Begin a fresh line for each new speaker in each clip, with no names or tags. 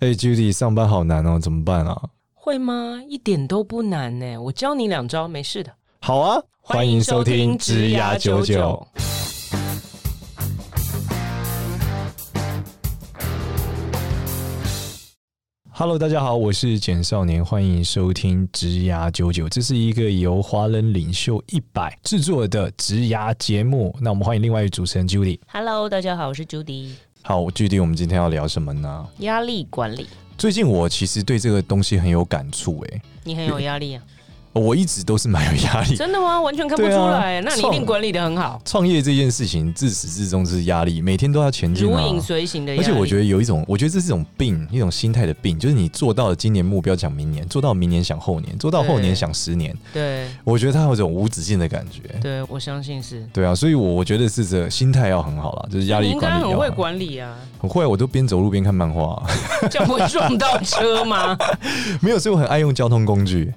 哎、j u d y 上班好难哦，怎么办啊？
会吗？一点都不难呢、我教你两招，没事的。
好啊，欢迎收听《职涯九九》。Hello，大家好，我是简少年，欢迎收听《职涯九九》，这是一个由华人领袖一百制作的职涯节目。那我们欢迎另外一位主持人 Judy。
Hello，大家好，我是 Judy。
好，Judy，我们今天要聊什么呢？
压力管理，
最近我其实对这个东西很有感触，哎，
你很有压力 啊？
我一直都是蛮有压力的
真的吗？完全看不出来、
对啊
那你一定
冲
管理的很好，
创业这件事情自始至终是压力，每天都要前进
如
啊。
影随形的
而
压力。
且我觉
得
得有一种，我觉得这是一种病，一种心态的病，就是你做到了今年目标想明年，做到明年想后年，做到后年
对
想十年，
对
我觉得它有一种无止境的感觉。
对，我相信是。
对啊，所以我我觉得是这心态要很好啦，就是压
你
力
应
管
该
理要
很会
好
管理啊，
很会啊，我都边走路边看漫画啊、
这样不会撞到车吗？
没有，所以我很爱用交通工具，
嗯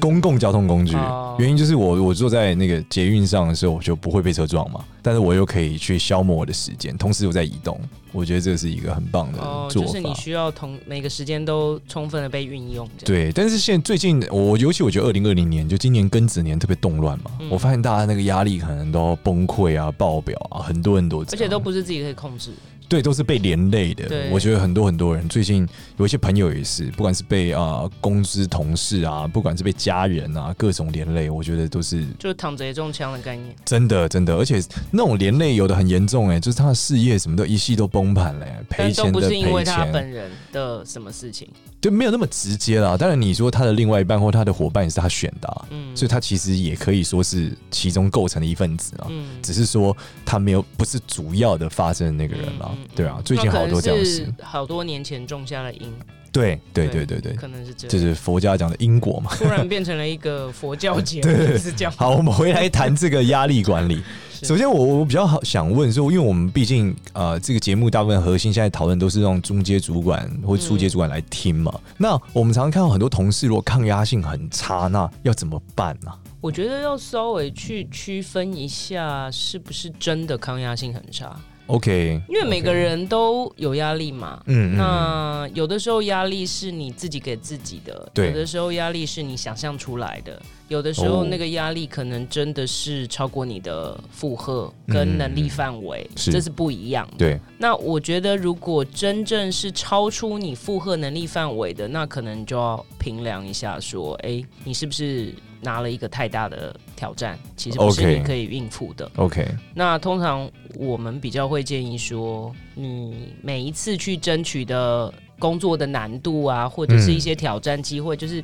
公共交通工具。
哦
原因就是我我坐在那个捷运上的时候，我就不会被车撞嘛，但是我又可以去消磨我的时间，同时又在移动，我觉得这是一个很棒的
哦，
做
就
法。
是你需要同每个时间都充分的被运用，这样
对，但是现在最近，我尤其我觉得二零二零年就今年庚子年特别动乱嘛，
嗯
我发现大家那个压力可能都崩溃啊、爆表啊，很多人都这
而
样
且都不是自己可以控制的。
对，都是被连累的
对。
我觉得很多很多人最近有一些朋友也是，不管是被啊、呃公司同事啊，不管是被家人啊，各种连累，我觉得都是
就躺着也中枪的概念。
真的真的，而且那种连累有的很严重哎、就是他的事业什么的，一系都崩盘了、欸，赔
但都
钱
不
的
是因
赔
为他
钱，
本人的什么事情，
对，没有那么直接啦。当然，你说他的另外一半或他的伙伴也是他选的、啊，
嗯，
所以他其实也可以说是其中构成的一份子啊。
嗯，
只是说他没有不是主要的发生的那个人啦、
嗯嗯
对啊，最近好多这样
那可能
事
是，好多年前种下了因，
对对对
对
对对，
可能是这
这
样，
是佛家讲的因果嘛。
突然变成了一个 佛教节目，是这样。
好，我们回来谈这个压力管理。
是
首先我，我我比较好想问说，因为我们毕竟呃，这个节目大部分核心现在讨论都是让中阶主管或初
嗯
阶主管来听嘛。那我们常常看到很多同事，如果抗压性很差，那要怎么办啊呢、
我觉得要稍微去区分一下，是不是真的抗压性很差，
o k
因为每个，人都有压力嘛。
嗯嗯嗯，
那有的时候压力是你自己给自己的，
对
有的时候压力是你想象出来的，有的时候
哦
那个压力可能真的是超过你的负荷
嗯
跟能力范围，
是
这是不一样的。
对，
那我觉得，如果真正是超出你负荷能力范围的，那可能就要评量一下，说，哎、你是不是拿了一个太大的挑战？其实不是
OK
你可以应付的。
OK，
那通常我们比较会建议说，你每一次去争取的工作的难度啊，或者是一些挑战机会，就是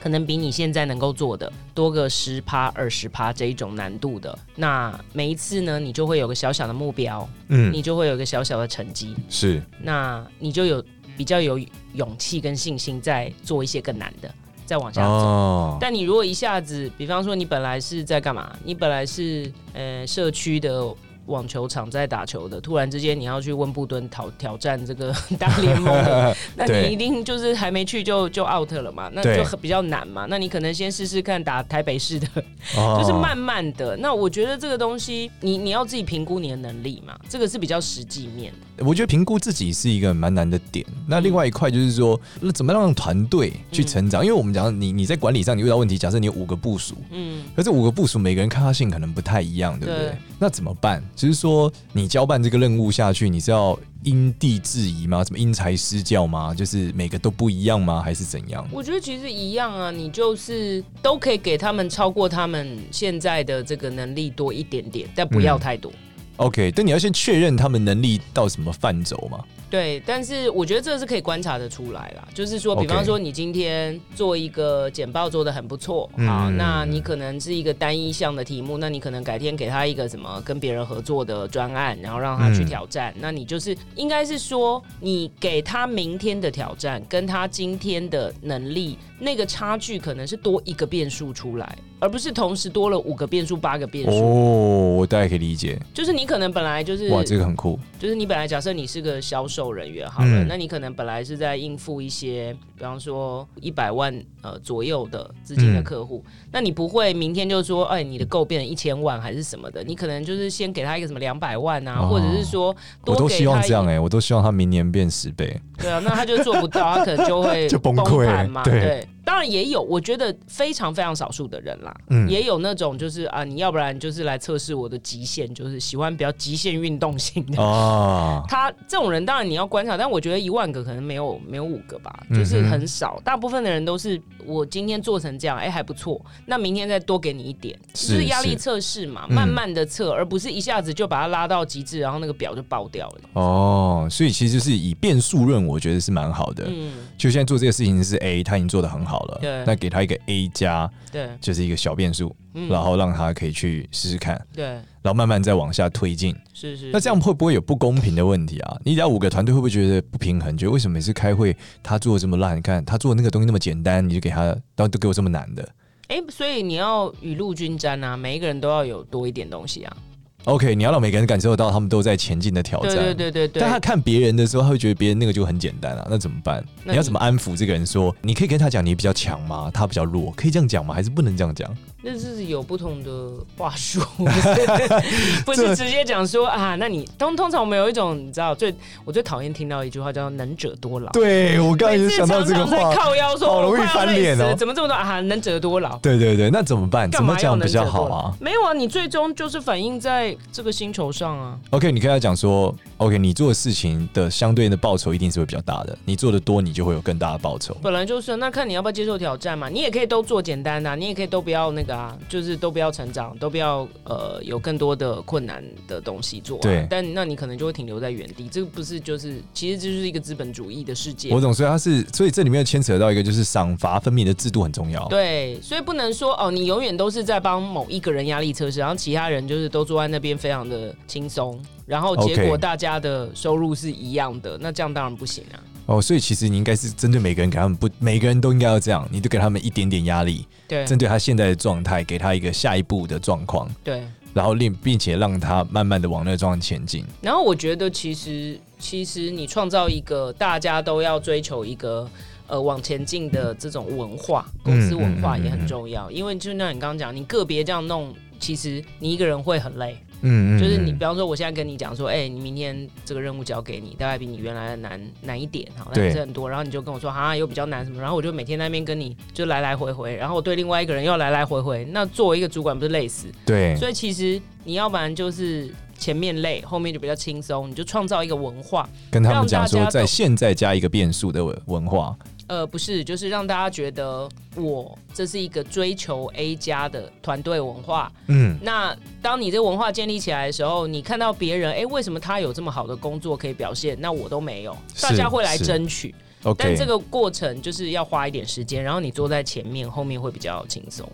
可能比你现在能够做的多个十趴、二十趴这一种难度的。那每一次呢，你就会有个小小的目标，
嗯，
你就会有一个小小的成绩，
是
那你就有比较有勇气跟信心，再做一些更难的，再往下走。
哦，
但你如果一下子，比方说你本来是在干嘛？你本来是呃社区的网球场在打球的，突然之间你要去温布顿挑挑战这个 大联盟的，那
对
你一定就是还没去就就 out 了嘛，那
对
就很比较难嘛。那你可能先试试看打台北市的，
哦
就是慢慢的。那我觉得这个东西，你你要自己评估你的能力嘛，这个是比较实际面的。
我觉得评估自己是一个蛮难的点。那另外一块就是说，那怎么让团队去成长？因为我们讲你你在管理上你遇到问题，假设你有五个部署，
嗯。
可是五个部署每个人抗压性可能不太一样，对不对？
对
那怎么办？就是说你交办这个任务下去，你是要因地制宜吗？什么因材施教吗？就是每个都不一样吗？还是怎样？
我觉得其实一样啊，你就是都可以给他们超过他们现在的这个能力多一点点，但不
嗯
要太多。
OK，但你要先确认他们能力到什么范畴嘛？
对，但是我觉得这是可以观察的出来啦。就是说，
OK
比方说你今天做一个简报做的很不错，好，
嗯
那你可能是一个单一项的题目，那你可能改天给他一个什么跟别人合作的专案，然后让他去
嗯
挑战。那你就是应该是说，你给他明天的挑战跟他今天的能力那个差距，可能是多一个变数出来，而不是同时多了五个变数、八个变
哦，
数。
我大概可以理解。
就是你可能本来就是
哇，这个很酷。
就是你本来假设你是个销售人员好了，
嗯
那你可能本来是在应付一些，比方说一百万呃左右的资金的
嗯
客户，那你不会明天就说，哎，你的购变成一千万还是什么的，你可能就是先给他一个什么两百万啊，
哦
或者是说
我
多
都
给
希望
他
这样哎、我都希望他明年变十倍。
对啊，那他就做不到，他可能就会
就崩溃
盘嘛。
对
当然也有，我觉得非常非常少数的人啦，
嗯
也有那种就是啊，你要不然就是来测试我的极限，就是喜欢比较极限运动性的。
啊，
他这种人当然你要观察，但我觉得一万个可能没有没有五个吧，
嗯哼
就是很少。大部分的人都是我今天做成这样，哎、还不错，那明天再多给你一点，
是
就是压力测试嘛，
嗯
慢慢的测，而不是一下子就把它拉到极致，然后那个表就爆掉了。
哦，所以其实就是以变数论，我觉得是蛮好的。
嗯，
就现在做这个事情是 A，他已经做的很好了，
对
那给他一个 A 加，
对，
就是一个小变数，
嗯，
然后让他可以去试试看，
对，
然后慢慢再往下推进。
是是。
那这样会不会有不公平的问题啊？你聊五个团队会不会觉得不平衡？觉得为什么每次开会他做的这么烂？你看他做的那个东西那么简单，你就给他，然后都给我这么难的
哎、所以你要雨露均沾啊，每一个人都要有多一点东西啊。
？OK，你要让每个人感受到他们都在前进的挑
对
战。
对对对对
但。他看别人的时候，他会觉得别人那个就很简单啊，那怎么办？
那
你要
你
怎么安抚这个人说，你可以跟他讲你比较强吗？他比较弱，可以这样讲吗？还是不能这样讲？
那是有不同的 话术，不是不是直接讲说啊，那你通通常我们有一种你知道，最我最讨厌听到一句话叫“能者多劳”，
对我刚才就
每次
想到
常
这个
常在
话，
靠腰说
好容易
我快要
翻脸
累死了
哦
怎么这么多啊？能者多劳，
对对对，那怎么办？
干
怎么
嘛要
讲
能
比
者
较
多劳
好啊
没有啊，你最终就是反映在这个薪酬上啊。
？OK，你跟他讲说，OK，你做的事情的相对应的报酬一定是会比较大的，你做的多，你就会有更大的报 酬。
本来就是，那看你要不要接受挑战嘛。你也可以都做简单的啊、你也可以都不要那个啊，就是都不要成长，都不要呃有更多的困难的东西做、啊。
对
但那你可能就会停留在原地，这个不是就是其实这就是一个资本主义的世界
我。总说他是，所以这里面牵扯到一个就是赏罚分明的制度很重要。
对，所以不能说哦，你永远都是在帮某一个人压力测试，然后其他人就是都坐在那边非常的轻松，然后结
OK
果大家的收入是一样的，那这样当然不行啊。
哦，所以其实你应该是针对每个人，给他们不，每个人都应该要这样，你就给他们一点点压力，
对
针对他现在的状态，给他一个下一步的状况，
对。
然后令并且让他慢慢的往那个状况前进。
然后我觉得其实其实你创造一个大家都要追求一个。呃，往前进的这种文化，
嗯
公司文化也很重要，因为就像你刚刚讲，你个别这样弄，其实你一个人会很累。
嗯
就是你，比方说，我现在跟你讲说，哎、你明天这个任务交给你，大概比你原来的难难一点，好，
对
难是很多。然后你就跟我说，啊，又比较难什么，然后我就每天在那边跟你就来来回回，然后我对另外一个人又来来回回，那作为一个主管不是累死？
对，
所以其实你要不然就是前面累，后面就比较轻松，你就创造一个文化，
跟他们讲
让
说，
大家都
在现在加一个变数的文文化。
呃，不是，就是让大家觉得我这是一个追求 A 加的团队文化。
嗯，
那当你这文化建立起来的时候，你看到别人，哎、为什么他有这么好的工作可以表现，那我都没有，
是
大家会来争取。
OK，
但这个过程就是要花一点时间，然后你坐在前面，后面会比较轻松，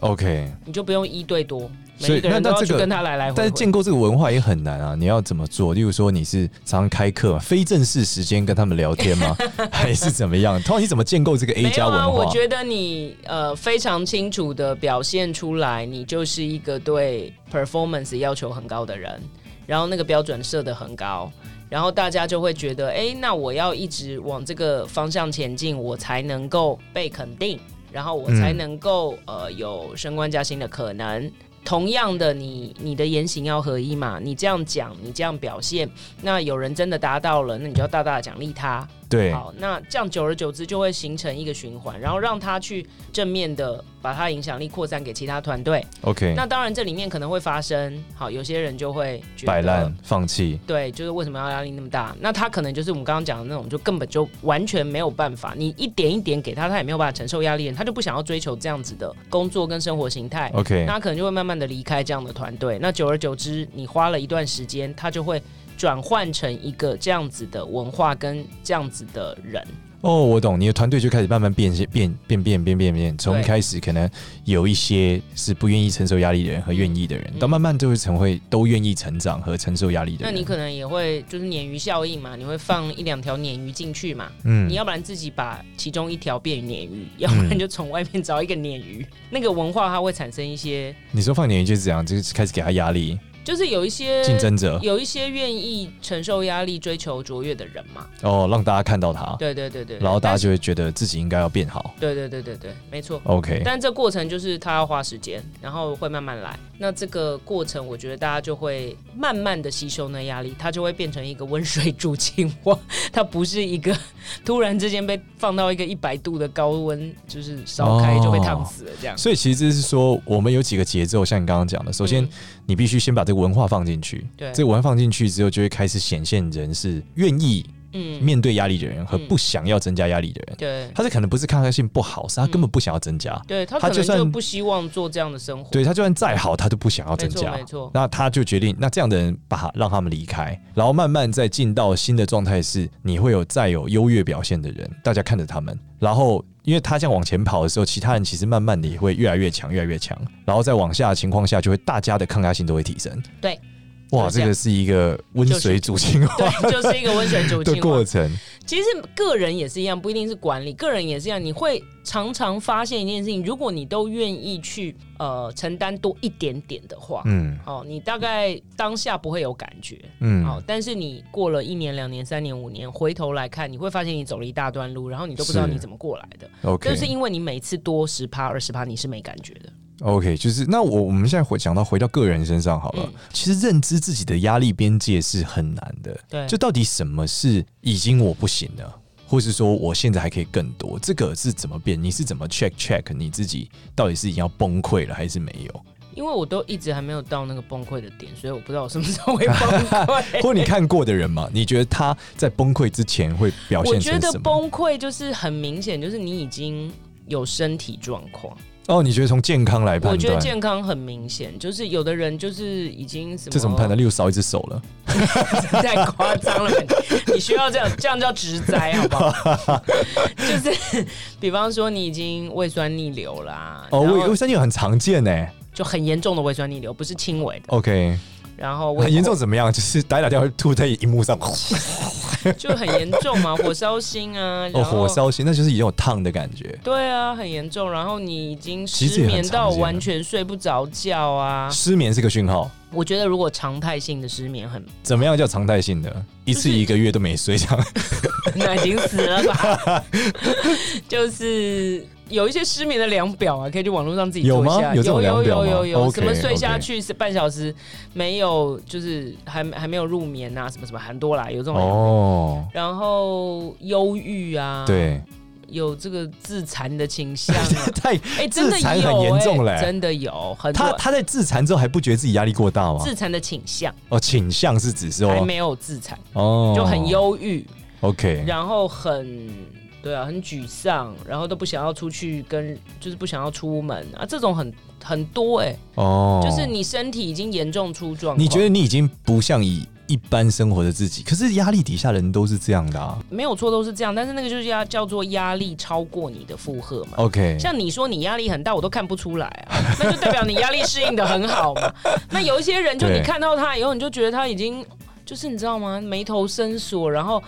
OK，
你就不用一对多，每
所以
一个人
那
都
那
要
这
去
个
跟他来来回回。
但是建构这个文化也很难啊！你要怎么做？例如说，你是常常开课、非正式时间跟他们聊天 吗？还是怎么样？通常你怎么建构这个 A
没有
加文
啊，
化？
我觉得你呃非常清楚的表现出来，你就是一个对 performance 要求很高的人，然后那个标准设的很高，然后大家就会觉得，哎、那我要一直往这个方向前进，我才能够被肯定，然后我才
嗯
能够、呃有升官加薪的可能。同样的你，你的言行要合一嘛，你这样讲，你这样表现，那有人真的达到了，那你就要大大的奖励他。
对，
好，那这样久而久之就会形成一个循环，然后让他去正面的把他影响力扩散给其他团队。
OK，
那当然，这里面可能会发生，好，有些人就会觉得
摆烂、放弃，
对，就是为什么要压力那么大？那他可能就是我们刚刚讲的那种，就根本就完全没有办法，你一点一点给他，他也没有办法承受压力，他就不想要追求这样子的工作跟生活形态。
OK，
那他可能就会慢慢的离开这样的团队。那久而久之，你花了一段时间，他就会转换成一个这样子的文化跟这样子的人。
哦，我懂，你的团队就开始慢慢变变变变变变变，从
对
开始可能有一些是不愿意承受压力的人和愿意的人，
嗯
到慢慢就会成为都愿意成长和承受压力的
那
人。
你可能也会就是鲶鱼效应嘛，你会放一两条鲶鱼进去嘛，
嗯
你要不然自己把其中一条变鲶鱼，要不然就从外面找一个鲶鱼。那个文化它会产生一些
你说放鲶鱼就是这样，就是开始给他压力，
就是有一些
竞争者
有一些愿意承受压力、追求卓越的人嘛。
哦，让大家看到他，
对对对对，对
然后大家
但是
就会觉得自己应该要变好。
对对对对对，没错。
OK，
但这过程就是他要花时间，然后会慢慢来。那这个过程，我觉得大家就会慢慢的吸收那压力，它就会变成一个温水煮青蛙，它不是一个突然之间被放到一个一百度的高温，就是烧开就被烫死了这样。
所以其实这是说，我们有几个节奏，像你刚刚讲的，首先
嗯
你必须先把这个文化放进去，
对
这个文化放进去之后，就会开始显现人是愿意
嗯，
面对压力的人和
嗯
不想要增加压力的人。
对
他这可能不是抗压性不好，是他根本不想要增加。
对，他
他
可
就
能
算
就不希望做这样的生活。
对他就算再好，他都不想要
没
增
错
加
没。错，
那他就决定，那这样的人把他让他们离开，然后慢慢再进到新的状态是，你会有再有优越表现的人，大家看着他们，然后因为他这样往前跑的时候，其他人其实慢慢的也会越来越强，越来越强，然后再往下的情况下，就会大家的抗压性都会提升。
对，
哇，
就是这
这
样
个是一个温水煮青蛙
对，就是一个温水煮
的
青蛙
过。程。
其实个人也是一样，不一定是管理，个人也是一样，你会常常发现一件事情，如果你都愿意去呃承担多一点点的话。
嗯
哦，你大概当下不会有感觉，
嗯
哦，，但是你过了一年、两年、三年、五年，回头来看，你会发现你走了一大段路，然后你都不知道
是
你怎么过来的，
，OK，
就是因为你每次多十趴、二十趴，你是没感觉的。
OK，就是那我我们现在回讲到回到个人身上好了，
嗯
其实认知自己的压力边界是很难的。
对
就到底什么是已经我不行了，或是说我现在还可以更多，这个是怎么变？你是怎么 check check 你自己到底是已经要崩溃了还是没有？
因为我都一直还没有到那个崩溃的点，所以我不知道我什么时候会崩溃。
或你看过的人嘛，你觉得他在崩溃之前会表
我
现
觉
成
得
什么？
崩溃就是很明显，就是你已经有身体状况。
哦，你觉得从健康来
我
判
觉得
断，
健康很明显，就是有的人就是已经什么
这怎么判断？例如少一只手了，
太夸张了吧，你你需要这样，这样叫植栽，好不好？ 就是比方说你已经胃酸逆流啦，
哦，
然
胃
后
胃酸逆流很常见呢。
就很严重的胃酸逆流，不是轻微的，
OK，
然后胃
很 严重怎么样？就是打一打电话吐在荧 幕上。
就很严重嘛，火烧心啊，
哦，
然后
火烧心，那就是已经有烫的感觉。
对啊，很严重，然后你已经
其实
失
也很
眠
常
到
见啊
完
的
全睡不着觉啊。
失眠是个讯号，
我觉得如果常态性的失眠很
怎么样叫常态性的？一次一个月都没睡，这样
那已经死了吧？ 就是有一些失眠的量表啊，可以去网络上自己做一下。
有吗有这种量
有
表吗
有有有
OK，
什么睡下去是半小时没有，就是还还没有入眠啊，什么什么很多啦，有这种量 表。
哦，
然后忧郁啊，，
对，，
有这个自残的倾向、啊
太
哎、真
自
的有、
残
哎，
很严重嘞
真的有很
他
多
他在自残之后还不觉得自己压力过大吗？
自残的倾向，
哦，倾向是指
还
说
没有自残，
啊哦，
就很忧郁，
OK，
然后很对啊，很沮丧，然后都不想要出去跟，就是不想要出门啊，这种很很多哎、
哦，
就是你身体已经严重出状况，
你觉得你已经不像以一般生活的自己，可是压力底下人都是这样的啊。
没有错都是这样，但是那个就是压叫做压力超过你的负荷嘛。
OK，
像你说你压力很大，我都看不出来啊， 那就代表你压力适应的很好 嘛。那有一些人，就
对
你看到他以后，你就觉得他已经就是你知道吗？眉头深锁，然后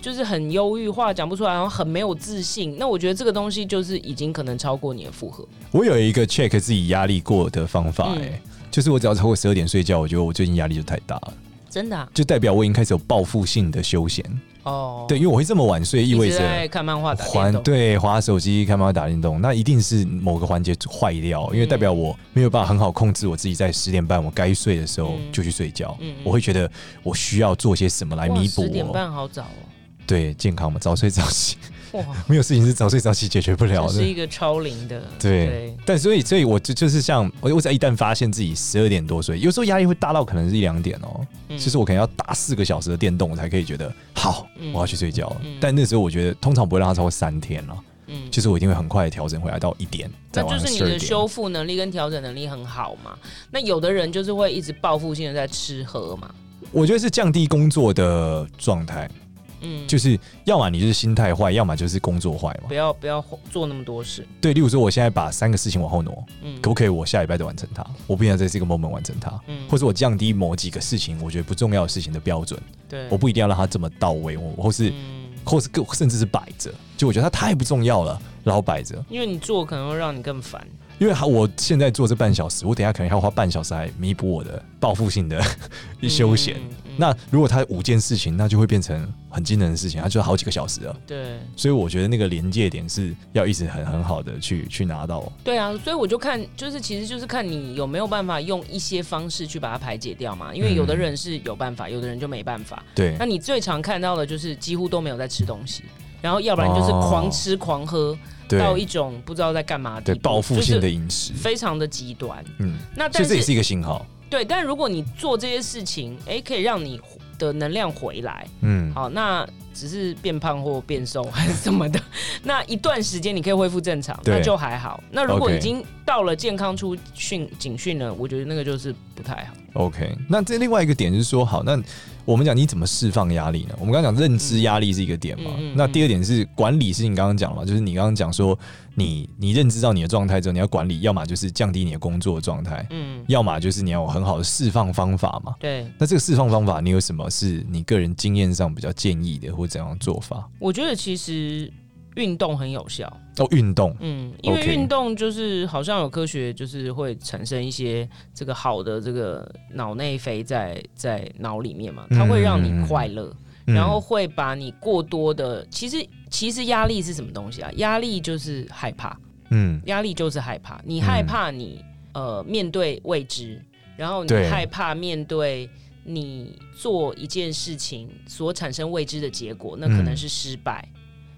就是很忧郁，话讲不出来，然后很没有自信。那我觉得这个东西就是已经可能超过你的负荷。
我有一个 check 自己压力过的方法、
嗯
哎、就是我只要超过十二点睡觉，我觉得我最近压力就太大了，
真的、啊、
就代表我已经开始有报复性的休闲。
哦，
对，，因为我会这么晚睡，意
一
味
直
着
在看漫画打电
环
动，
对滑手机、看猫打电动，那一定是某个环节坏掉，
嗯
因为代表我没有办法很好控制我自己，在十点半我该睡的时候
嗯
就去睡觉。
嗯嗯
我会觉得我需要做些什么来弥补
十点
我
半好早哦，
对健康嘛，早睡早起，
哇，
没有事情是早睡早起解决不了
这是
的。
一个超龄的，
对但所以，所以我就就是像我，我只要一旦发现自己十二点多睡，有时候压力会大到可能是一两点哦。
嗯
其实我可能要打四个小时的电动，我才可以觉得好，
嗯
我要去睡觉了。
嗯
但那时候我觉得通常不会让它超过三天哦了。
嗯
就是我一定会很快地调整回来到一点，再
那
往
就
上
是你
12
的
点
修复能力跟调整能力很好嘛。那有的人就是会一直报复性的在吃喝嘛，
我觉得是降低工作的状态，
嗯，
就是要么你就是心态坏，要么就是工作坏嘛
不。要不要做那么多事，
对，例如说我现在把三个事情往后挪，
嗯
可不可以我下礼拜就完成它？我不想在这个 moment 完成它，
嗯
或者我降低某几个事情我觉得不重要的事情的标准，
对，
我不一定要让它这么到位，我或是
嗯，
或是更甚至是摆着，就我觉得它太不重要了，然后摆着。
因为你做可能会让你更烦，
因因为我现在做这半小时，我等一下可能还要花半小时来弥补我的报复性的 休闲。
嗯嗯
那如果它五件事情，那就会变成很惊人的事情，它就好几个小时了。
对
所以我觉得那个临界点是要一直很很好的去去拿到。
对啊，所以我就看，就是其实就是看你有没有办法用一些方式去把它排解掉嘛。因为有
嗯
的人是有办法，有的人就没办法。
对
那，你最常看到的就是几乎都没有在吃东西，然后要不然就是狂吃狂喝，到一
哦对，
种不知道在干嘛的
对，
地步
报复性
就
的饮食
是，非常的极端。
嗯，
那
所
但
以这也
是
是一个信号。
对，但如果你做这些事情，哎、可以让你的能量回来。
嗯，
好，那只是变胖或变瘦还是什么的， 那一段时间你可以恢复正常，
对
那就还好。那如果
OK
已经到了健康出训警讯了，我觉得那个就是不太好。
OK，那这另外一个点是说，好，那我们讲你怎么释放压力呢？我们刚刚讲认知压力是一个点嘛，
嗯嗯嗯
那第二点是管理，是你刚刚讲了嘛，就是你刚刚讲说，你你认知到你的状态之后，你要管理，要么就是降低你的工作状态，
嗯，
要么就是你要有很好的释放方法嘛。
对，
那这个释放方法，你有什么是你个人经验上比较建议的，或怎样的做法？
我觉得其实运动很有效。
哦，运动，
嗯，因为
OK
运动就是好像有科学，就是会产生一些这个好的这个脑内啡在在脑里面嘛，它会让你快乐，
嗯
然后会把你过多的其实其实压力是什么东西啊？压力就是害怕，
嗯，
压力就是害怕，你害怕你、呃面对未知，然后你
对
害怕面对。你做一件事情所产生未知的结果，那可能
嗯
是失败，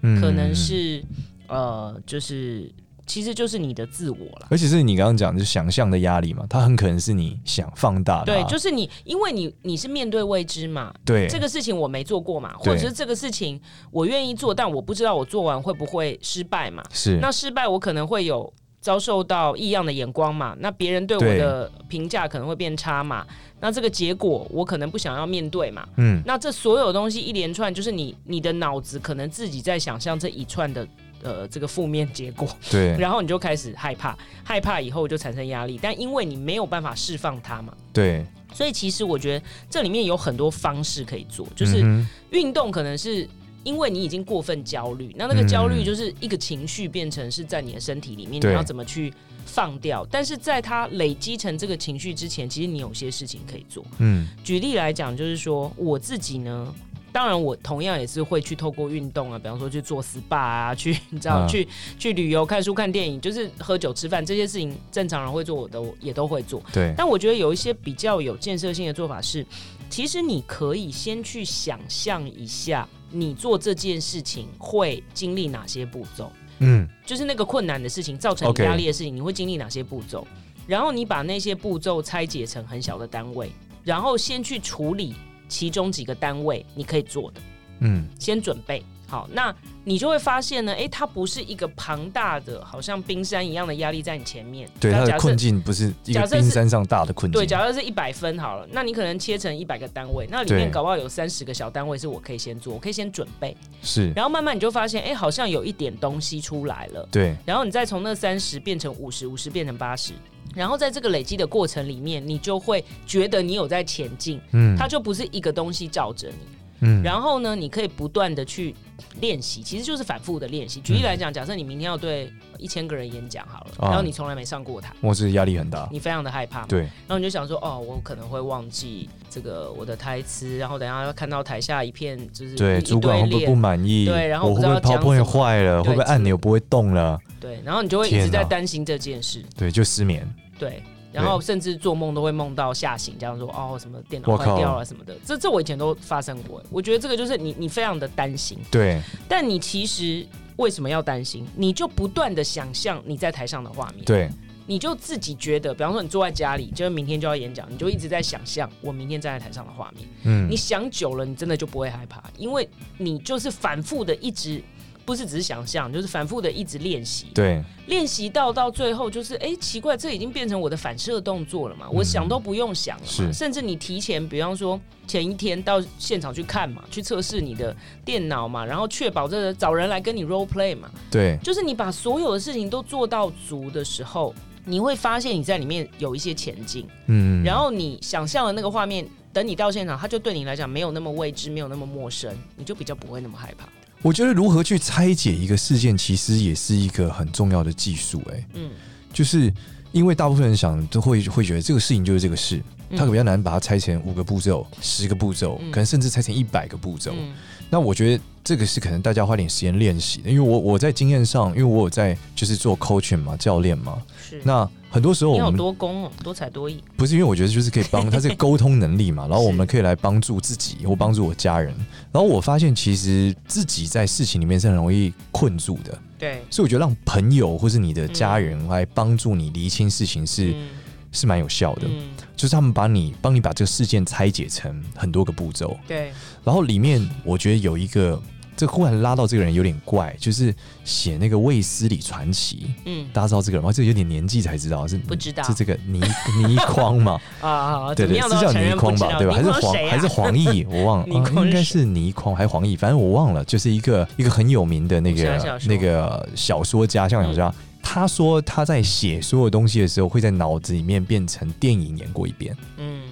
嗯
可能，是呃，就是其实就是你的自我啦。
而且是你刚刚讲就是想象的压力嘛，它很可能是你想放大的
对
啊、，
就是你，因为你你是面对未知嘛，
对
这个事情我没做过嘛，或
对
者是这个事情我愿意做，但我不知道我做完会不会失败嘛。
是
那失败我可能会有遭受到异样的眼光嘛，那别人对我
对
的评价可能会变差嘛，那这个结果我可能不想要面对嘛。
嗯
那这所有东西一连串，就是你你的脑子可能自己在想象这一串的呃这个负面结果，
对
然后你就开始害怕，害怕以后就产生压力，但因为你没有办法释放它嘛，
对，
所以其实我觉得这里面有很多方式可以做，就是
嗯哼
运动可能是。因为你已经过分焦虑，那那个焦虑就是一个情绪变成是在你的身体里面，
嗯对
你要怎么去放掉？但是在它累积成这个情绪之前，其实你有些事情可以做。
嗯
举例来讲，就是说我自己呢，当然我同样也是会去透过运动啊，比方说去做 SPA 啊，去你知
嗯
道、去去旅游、看书、看电影，就是喝酒、吃饭这些事情，正常人会做，我都也都会做。
对，
但我觉得有一些比较有建设性的做法是，其实你可以先去想象一下，你做这件事情会经历哪些步骤。
嗯
就是那个困难的事情，造成你
OK
压力的事情你会经历哪些步骤？然后你把那些步骤拆解成很小的单位，然后先去处理其中几个单位你可以做的，
嗯
先准备好，那你就会发现呢，诶，它不是一个庞大的，好像冰山一样的压力在你前面。
对，
那
他
假
的
设
困境不是一
假
个
设是
冰山上大的困境，
对，假设是一百分好了，那你可能切成一百个单位，那里面
对
搞不好有三十个小单位是我可以先做，我可以先准备，
是，
然后慢慢你就发现，诶，好像有一点东西出来了。
对，
然后你再从那三十变成五十，五十变成八十，然后在这个累积的过程里面，你就会觉得你有在前进，
嗯
它就不是一个东西罩着你。
嗯
然后呢，你可以不断的去练习，其实就是反复的练习。举例来讲，假设你明天要对一千个人演讲好了，
嗯啊
然后你从来没上过台，
我是压力很大，
你非常的害怕嘛，
对，
然后你就想说，哦，我可能会忘记这个我的台词，然后等一下要看到台下一片就是
对，
一
主管会
一
不
堆
会
脸
不满意？
对然后
我
不
会
知
不
道
会
讲什
PowerPoint
么
坏了？
对
会不会
之类
按钮不会动了？
对，然后你就会一
天
直
哪
在担心这件事。
对，就失眠。
对，然后甚至做梦都会梦到吓醒，这样说哦什么电脑
我
坏
靠
掉了什么的，这这我以前都发生过。我觉得这个就是你你非常的担心，
对，
但你其实为什么要担心？你就不断的想象你在台上的画面，
对，
你就自己觉得，比方说你坐在家里，就是明天就要演讲，你就一直在想象我明天站在台上的画面。
嗯
你，想久了，你真的就不会害怕，因为你就是反复的一直。不是只是想象，就是反复的一直练习，
对，
练习到到最后就是，哎、奇怪，这已经变成我的反射动作了嘛？我想都不用想了嘛，
嗯是
甚至你提前，比方说前一天到现场去看嘛，去测试你的电脑嘛，然后确保这个找人来跟你 role play 嘛，
对，
就是你把所有的事情都做到足的时候，你会发现你在里面有一些前进，
嗯，
然后你想象的那个画面，等你到现场，它就对你来讲没有那么未知，没有那么陌生，你就比较不会那么害怕。
我觉得如何去拆解一个事件，其实也是一个很重要的技术。哎，
嗯，
就是因为大部分人想都会会觉得这个事情就是这个事，
嗯
它比较难把它拆成五个步骤、十个步骤，
嗯
可能甚至拆成一百个步骤。
嗯
那我觉得这个是可能大家花点时间练习的，因为我我在经验上，因为我有在就是做 coaching 嘛，教练嘛，
嗯是。
那很多时候
你
我
有
们
多功哦，多才多艺。
不是因为我觉得就是可以 帮他这个沟通能力嘛，然后
是
我们可以来帮助自己
嗯
或帮助我家人。然后我发现其实自己在事情里面是很容易困住的，
对，
所以我觉得让朋友或是你的家人来帮助你厘清事情是、
嗯
是蛮有效的，
嗯，
就是他们把你帮你把这个事件拆解成很多个步骤，
对，
然后里面我觉得有一个。这忽然拉到这个人有点怪，就是写那个《卫斯理传奇》，
嗯
大家知道这个人吗？这有点年纪才知道，是
不知道
是这个倪倪匡嘛？
啊，
对
怎么
对，
样
是
都要
叫
承
倪
认不
匡
知
吧，
道，
对吧？还是
倪匡
黄
谁
还是
啊？
黄 奕，我忘
倪
了，
匡
啊
是
应该是倪匡还是黄奕，反正我忘了，就是一个一个很有名的那
武侠小
个
说嗯
那个小说家，香港小说家。他说他在写所有东西的时候，会在脑子里面变成电影演过一遍，
嗯，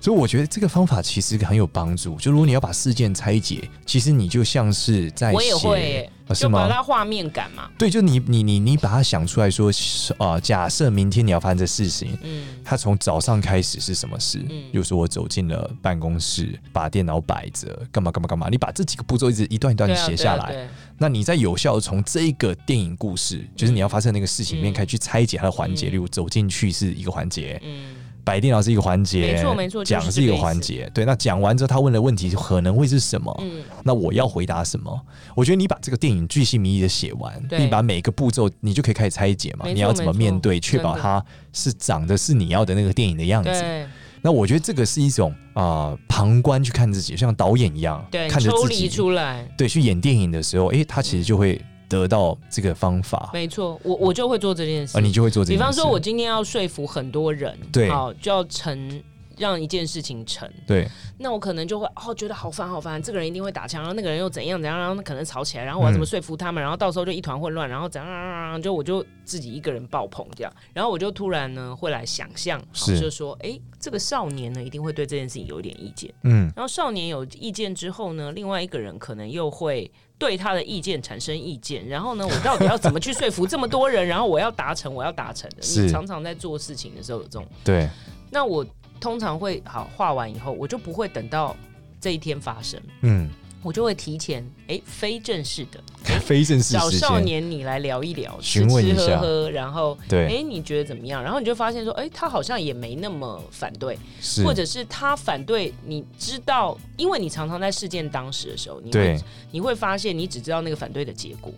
所以我觉得这个方法其实很有帮助。就如果你要把事件拆解，其实你就像是在
我也
写
会耶
啊是
就把
吗？
它画面感嘛，
对，就你你你你把它想出来说，呃，假设明天你要发生这事情，
嗯
他从早上开始是什么事？
嗯
又说我走进了办公室，把电脑摆着，干嘛干嘛干嘛。你把这几个步骤一直一段一段
对
地
啊
写
对
下
啊
来，
对
那你在有效地从这一个电影故事，就是你要发生的那个事情里面，
嗯
开始去拆解它的环节。
嗯
例如走进去是一个环节，
嗯，
摆电脑是一个环节，
没错没错
讲
就是
是一个
这个意思
环节。对，那讲完之后他问的问题可能会是什么？
嗯，
那我要回答什么？我觉得你把这个电影巨细靡遗的写完，
对
你把每个步骤你就可以开始拆解嘛。
没错
你要怎么面对，
没错
确保它是长的是你要的那个电影的样子。
对
那我觉得这个是一种啊、呃旁观去看自己，像导演一样
对，
看着
抽
自
离
己，
出来，
对，去演电影的时候，诶，他其实就会得到这个方法，
没错，我我就会做这件事
而。你就会做这件
比
事。
方说，我今天要说服很多人，
对
好就要成让一件事情成，
对
那我可能就会哦觉得好烦好烦，这个人一定会打枪，然后那个人又怎样怎样，然后可能吵起来，然后我要怎么说服他
嗯
们，然后到时候就一团混乱，然后怎样怎样怎样，就我就自己一个人爆棚这样，然后我就突然呢会来想象，好
是
就说哎、诶这个少年呢一定会对这件事情有一点意见，
嗯
然后少年有意见之后呢，另外一个人可能又会对他的意见产生意见，然后呢，我到底要怎么去说服这么多人？然后我要达成，我要达成的。
是
你常常在做事情的时候有这种，
对
那我通常会好画完以后，我就不会等到这一天发生，
嗯，
我就会提前哎非正式的
非正式
找
时
少
间，
年你来聊一聊，吃
询问
吃
一下
喝喝，然后
对
哎你觉得怎么样？然后你就发现说哎他好像也没那么反对。
是
或者是他反对你知道，因为你常常在事件当时的时候，你
对
会你会发现你只知道那个反对的结果，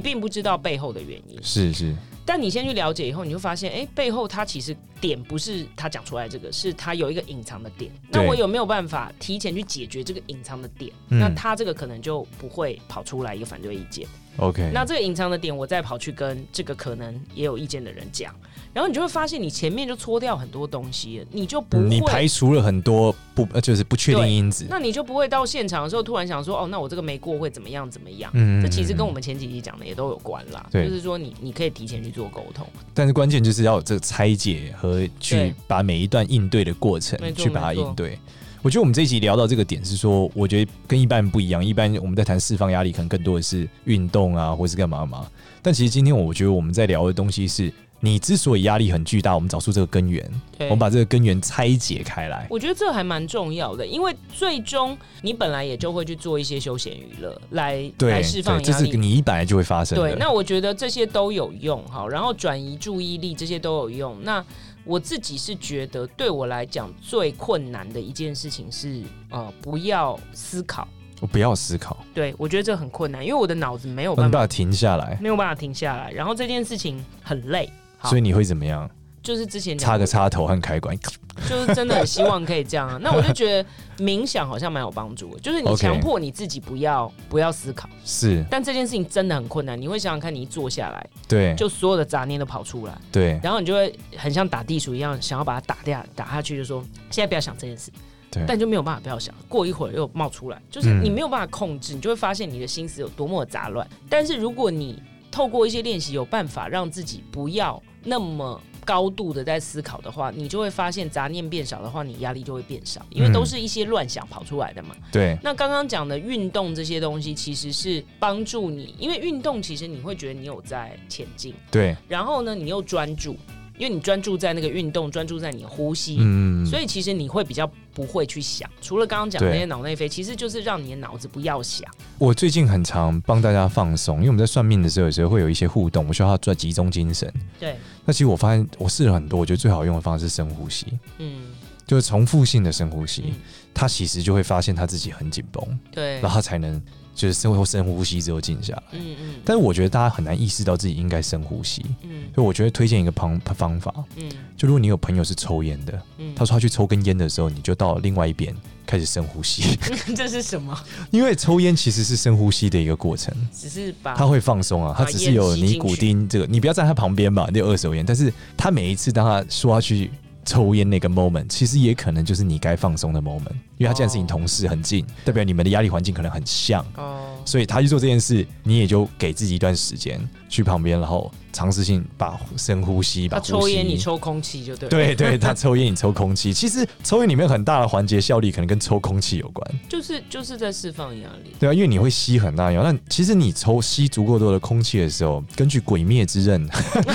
对
并不知道背后的原因。
是是
但你先去了解以后，你会发现，哎、背后他其实点不是他讲出来这个，是他有一个隐藏的点。那
对
我有没有办法提前去解决这个隐藏的点？
嗯
那他这个可能就不会跑出来一个反对意见。
OK，
那这个隐藏的点，我再跑去跟这个可能也有意见的人讲，然后你就会发现，你前面就搓掉很多东西了，你就不会
你排除了很多不呃就是不确定
对
因子，
那你就不会到现场的时候突然想说，哦，那我这个没过会怎么样怎么样？
嗯
这其实跟我们前几集讲的也都有关啦，就
对
是说你你可以提前去做沟通，
但是关键就是要有这个拆解和去
对
把每一段应对的过程
没错
去把它应对。我觉得我们这一集聊到这个点是说，我觉得跟一般不一样，一般我们在谈释放压力，可能更多的是运动啊，或是干嘛干嘛。但其实今天我觉得我们在聊的东西是，你之所以压力很巨大，我们找出这个根源，
对
我们把这个根源拆解开来。
我觉得这还蛮重要的，因为最终你本来也就会去做一些休闲娱乐来
对，
来释放
对这
压
是
力。
你本来就会发生的。
对，那我觉得这些都有用，好，然后转移注意力这些都有用。那我自己是觉得，对我来讲最困难的一件事情是，呃，不要思考。
我不要思考，
对我觉得这很困难，因为我的脑子没有
我没
办
办
法
法停下来，
没有办法停下来。然后这件事情很累，好
所以你会怎么样？
就是之前
插
讲
个
的，
插头和开关，
就是真的很希望可以这样啊。那我就觉得冥想好像蛮有帮助的，就是你
OK
强迫你自己不要不要思考，
是
但这件事情真的很困难。你会想想看，你一坐下来，
对
就所有的杂念都跑出来，
对
然后你就会很像打地鼠一样，想要把它打掉打下去，就说现在不要想这件事
对。
但就没有办法不要想，过一会儿又冒出来，就是
嗯
你没有办法控制，你就会发现你的心思有多么的杂乱。但是如果你透过一些练习，有办法让自己不要那么高度的在思考的话，你就会发现杂念变少的话，你压力就会变少，因为
嗯
都是一些乱想跑出来的嘛。
对，
那刚刚讲的运动这些东西，其实是帮助你，因为运动其实你会觉得你有在前进，
对，
然后呢，你又专注，因为你专注在那个运动，专注在你的呼吸，
嗯，
所
以
以其实你会比较不会去想。除了刚刚讲的
对
那些脑内啡，其实就是让你的脑子不要想。
我最近很常帮大家放松，因为我们在算命的时候，有时候会有一些互动，我需要他集中精神。
对，
那其实我发现，我试了很多，我觉得最好用的方式是深呼吸，
嗯，
就是重复性的深呼吸
嗯，
他其实就会发现他自己很紧绷，
对
然，后他才能就是深呼深呼吸之后静下来。
嗯嗯
但是我觉得大家很难意识到自己应该深呼吸，
嗯
所以我觉得推荐一个方方法，
嗯
就如果你有朋友是抽烟的，
嗯，
他说他去抽根烟的时候，你就到另外一边开始深呼吸，
这是什么？
因为抽烟其实是深呼吸的一个过程，
只是把
它会放松啊，它
把
只是有
烟吸进去
尼古丁这个，你不要站他旁边吧，那二手烟，但是他每一次当他说要去抽烟那个 moment，其实也可能就是你该放松的 moment，因为他既然是你同事很近，
嗯
代表你们的压力环境可能很像。
哦，
所以他去做这件事，你也就给自己一段时间去旁边，然后尝试性把深呼吸，把
他
呼吸
抽烟你抽空气就对了，
对对，他抽烟，你抽空气。其实抽烟里面很大的环节效力可能跟抽空气有关，
就是就是在释放压力。
对啊，因为你会吸很大氧。那其实你抽吸足够多的空气的时候，根据《鬼灭之刃》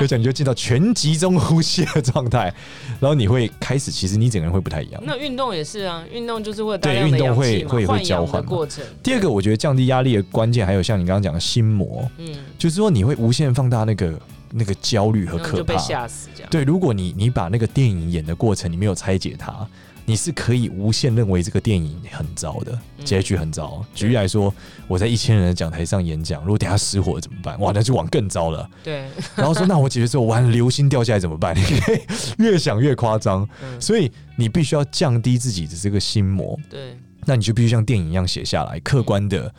有讲，你就进到全集中呼吸的状态，然后你会开始，其实你整个人会不太一样。
那运动也是啊，运动就是会有大
对
量的
运动
氧
会
气嘛，
会会
换
交
氧
换
的
嘛
过程。
第二个，我觉得降低压力的关键，还有像你刚刚讲的心魔，
嗯，
就是说你会无限放大那个那个焦虑和
然后
可
就被
怕。
吓死这样。
对，如果你你把那个电影演的过程，你没有拆解它，你是可以无限认为这个电影很糟的，
嗯
结局很糟。举例来说，我在一千人的讲台上演讲，如果等下失火怎么办？哇，那就往更糟了。
对，
然后说，那我解决之后，完流星掉下来怎么办？你可以越想越夸张，
嗯，
所以你必须要降低自己的这个心魔，
对，
那你就必须像电影一样写下来，客观的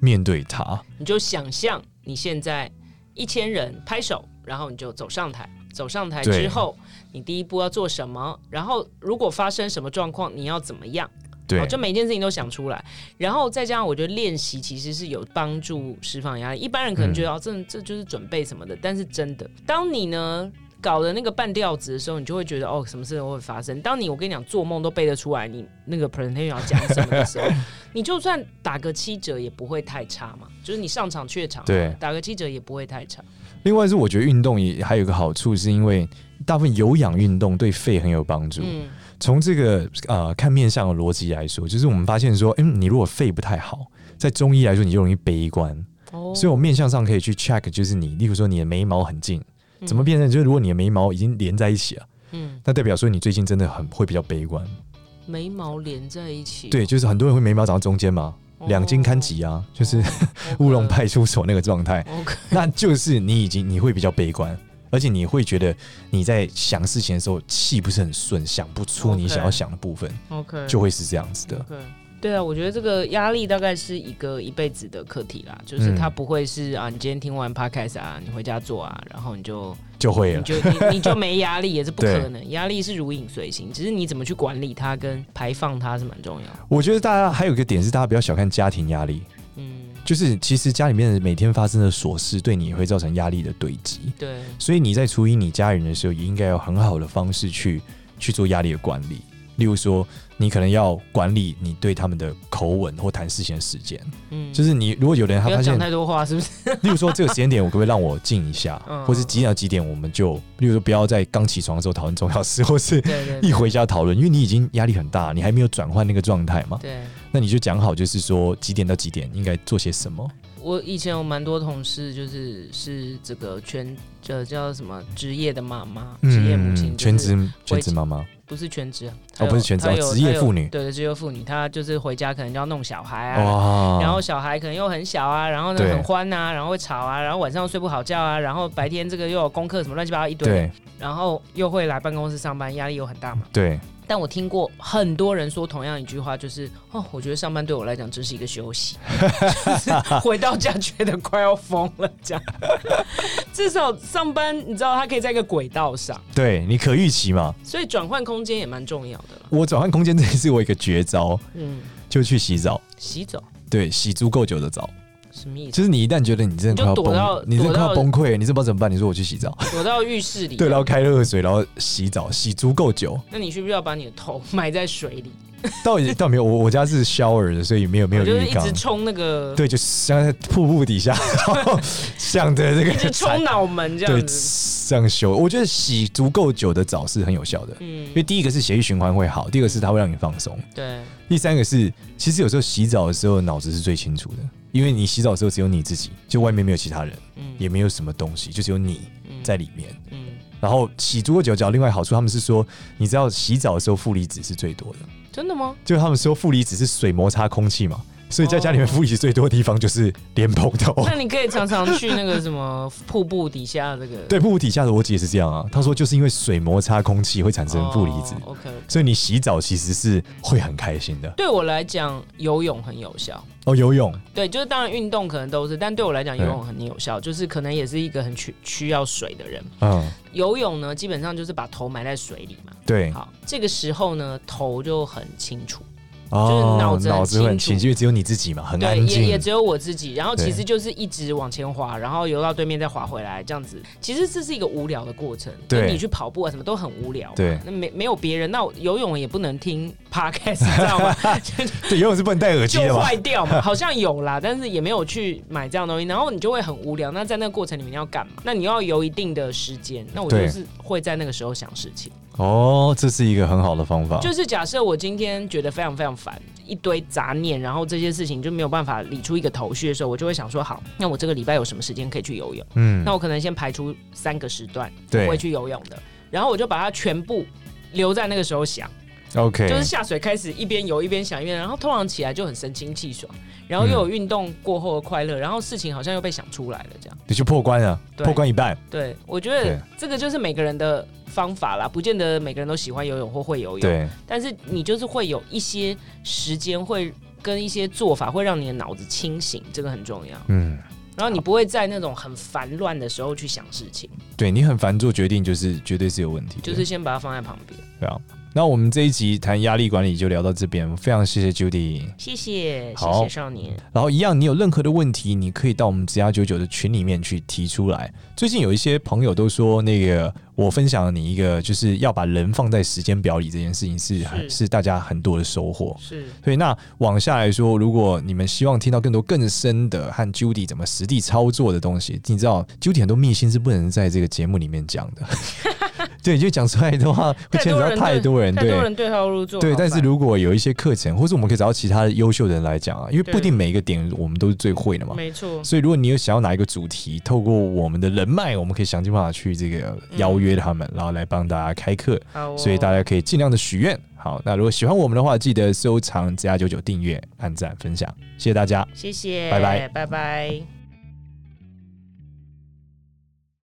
面对它。
你就想象你现在一千人拍手，然后你就走上台。走上台
对
之后，你第一步要做什么？然后如果发生什么状况，你要怎么样？
对
好，就每一件事情都想出来，然后再加上我觉得练习其实是有帮助释放压力。一般人可能觉得、哦，这这就是准备什么的，但是真的，当你呢搞的那个半吊子的时候，你就会觉得哦，什么事都会发生。当你我跟你讲做梦都背得哦出来，你那个 presentation 要讲什么 的时候，你就算打个七折也不会太差嘛，就是你上场怯场，啊
对
打个七折也不会太差。
另外是我觉得运动也还有一个好处，是因为大部分有氧运动对肺很有帮助。
嗯
从这个呃看面相的逻辑来说，就是我们发现说，嗯，你如果肺不太好，在中医来说你就容易悲观，
哦
所以我面相上可以去 check，就是你，例如说你的眉毛很近，怎么变成就是如果你的眉毛已经连在一起了，
嗯，
那代表说你最近真的很会比较悲观。
眉毛连在一起，
对，就是很多人会眉毛长到中间嘛，
哦，
两襟看齐啊，就是
乌
乌龙派出所那个状 态，
OK，
那就是你已经你会比较悲观。而且你会觉得你在想事情的时候气不是很顺，想不出你
OK
想要想的部分
OK，
就会是这样子的。
对。对啊，我觉得这个压力大概是一个一辈子的课题啦，就是
嗯
它不会是、啊，你今天听完 podcast 啊，你回家做啊，然后你就
就会
你
了。
就你你就没压力，也是不
啊对
可能。压力是如影随形，只是你怎么去管理它跟排放它是蛮重要的。
我觉得大家还有一个点是，大家不要小看家庭压力，
嗯，
就是其实家里面每天发生的琐事，对你也会造成压力的堆积。
对，
所以你在处理你家人的时候，也应该有很好的方式去去做压力的管理。例如说，你可能要管理你对他们的口吻或谈事情的时间，
嗯，
就是你如果有的人他
不要
发现
讲，太多话，是不是？
例如说这个时间点，我可不可以让我静一下，
嗯
或是几点到几点我们就，例如说不要在刚起床的时候讨论重要事，或是
对对
一
对
回家讨论，因为你已经压力很大，你还没有转换那个状态嘛。
对。
那你就讲好，就是说几点到几点应该做些什么。
我以前有蛮多同事，就是是这个全这叫什么职业的妈妈，职业母亲，
嗯全
就是
职全职妈妈，
不是全职啊，
哦不是全职
她
哦
有
职业
她有
妇女
对对，职业妇女，她就是回家可能就要弄小孩啊，
哇，
然后小孩可能又很小啊，然后呢
对
很欢啊，然后会吵啊，然后晚上睡不好觉啊，然后白天这个又有功课什么乱七八糟一堆，
对
然后又会来办公室上班，压力又很大嘛。
对，
但我听过很多人说同样一句话，就是哦，我觉得上班对我来讲真是一个休息， 就是回到家觉得快要疯了这样。 至少上班你知道他可以在一个轨道上，
对你可预期嘛？
所以转换空间也蛮重要的啦。
我转换空间这也是我一个绝招，
嗯，
就去洗澡，
洗澡。
对，洗足够久的澡。
什么意 思？
就是你一旦觉得你真的快要
你就躲到
崩，你真的快要
躲到
崩溃，你真不知道怎么办，你说我去洗澡，
躲到浴室里，啊
对，然后开热水，然后洗澡，洗足够久，
那你需不需要把你的头埋在水里？
倒 也倒没有，我我家是 shower 的，所以没有没有
我就是
浴
一
缸
直，冲那个，
对，就像在瀑布底下，然后想着这
一直
个
冲脑门这
对
样子。
这样修，我觉得洗足够久的澡是很有效的，
嗯
因，为第一个是血液循环会好，第二个是它会让你放松，
对，
第三个是其实有时候洗澡的时候脑子是最清楚的，因为你洗澡的时候只有你自己，就外面没有其他人，
嗯，
也没有什么东西，就只有你
嗯
在，里面。
嗯，
然后洗足够久脚，另外好处他们是说，你知道洗澡的时候负离子是最多的，
真的吗？
就他们说负离子是水摩擦空气嘛，所以在家里面
哦
负离子最多的地方就是莲蓬头。
那你可以常常去那个什么瀑布底下这个，
对，瀑布底下的逻辑也是这样啊。他说就是因为水摩擦空气会产
哦，
生负离子，
OK，
所以你洗澡其实是会很开心的。
对我来讲，游泳很有效。
哦，游泳，
对，就是当然运动可能都是，但对我来讲，游
对
泳很有效，就是可能也是一个很需需要水的人。
嗯，
游泳呢，基本上就是把头埋在水里嘛。
对，
好，这个时候呢，头就很清楚，
哦，
脑子很
脑子会很清
清楚
晰，因为只有你自己嘛，很
对，
安
也也
静。
只有我自己。然后其
对
实就是一直往前滑，然后游到对面再滑回来，这样子。其实这是一个无聊的过程，
对
跟你去跑步啊什么都很无聊嘛。
对
那没没有别人，那我游泳也不能听 podcast，你知道 吗？
对，游泳是不能戴耳机
就
的嘛？
坏掉 嘛，好像有啦，但是也没有去买这样东西，然后你就会很无聊。那在那个过程里面你要干嘛？那你要游一定的时间，那我就
对
是会在那个时候想事情。
哦，这是一个很好的方法。
就是假设我今天觉得非常非常烦，一堆杂念，然后这些事情就没有办法理出一个头绪的时候，我就会想说，好，那我这个礼拜有什么时间可以去游泳？
嗯
那，我可能先排出三个时段
对
我会去游泳的，然后我就把它全部留在那个时候想。
OK，
就是下水开始一边游一边想一边，然后通常起来就很神清气爽，然后又
嗯
有运动过后的快乐，然后事情好像又被想出来了这样。
你就破关了，
对
破关一半。
对，我觉
对
得这个就是每个人的方法啦，不见得每个人都喜欢游泳或会游泳，
对，
但是你就是会有一些时间会。跟一些做法会让你的脑子清醒，这个很重要。
嗯，
然后你不会在那种很烦乱的时候去想事情，
对你很烦做决定，就是绝对是有问题的。
就是先把它放在旁边。
对啊。那我们这一集谈压力管理就聊到这边，非常谢谢 Judy。
谢谢，谢
好
谢少年。
然后一样，你有任何的问题，你可以到我们职涯九九的群里面去提出来。最近有一些朋友都说，那个我分享了你一个，就是要把人放在时间表里这件事情是
是
很是大家很多的收获。
是，
所以那往下来说，如果你们希望听到更多更深的和 Judy 怎么实地操作的东西，你知道 Judy 很多秘辛是不能在这个节目里面讲的，对，就讲出来的话会牵扯到太
太
多人，
太
对
多人对号入座。
对。
好
但
烦
是如果有一些课程，或是我们可以找到其他的优秀的人来讲啊，因为不一定
对
每一个点我们都是最会的嘛。
没错，
所以，如果你有想要哪一个主题，透过我们的人脉，我们可以想尽办法去这个邀约他们，然后来帮大家开课。
好哦、
所以大家可以尽量的许愿。好，那如果喜欢我们的话，记得收藏加九九订阅、按赞、分享，谢谢大家。
谢谢，
拜拜，
拜拜。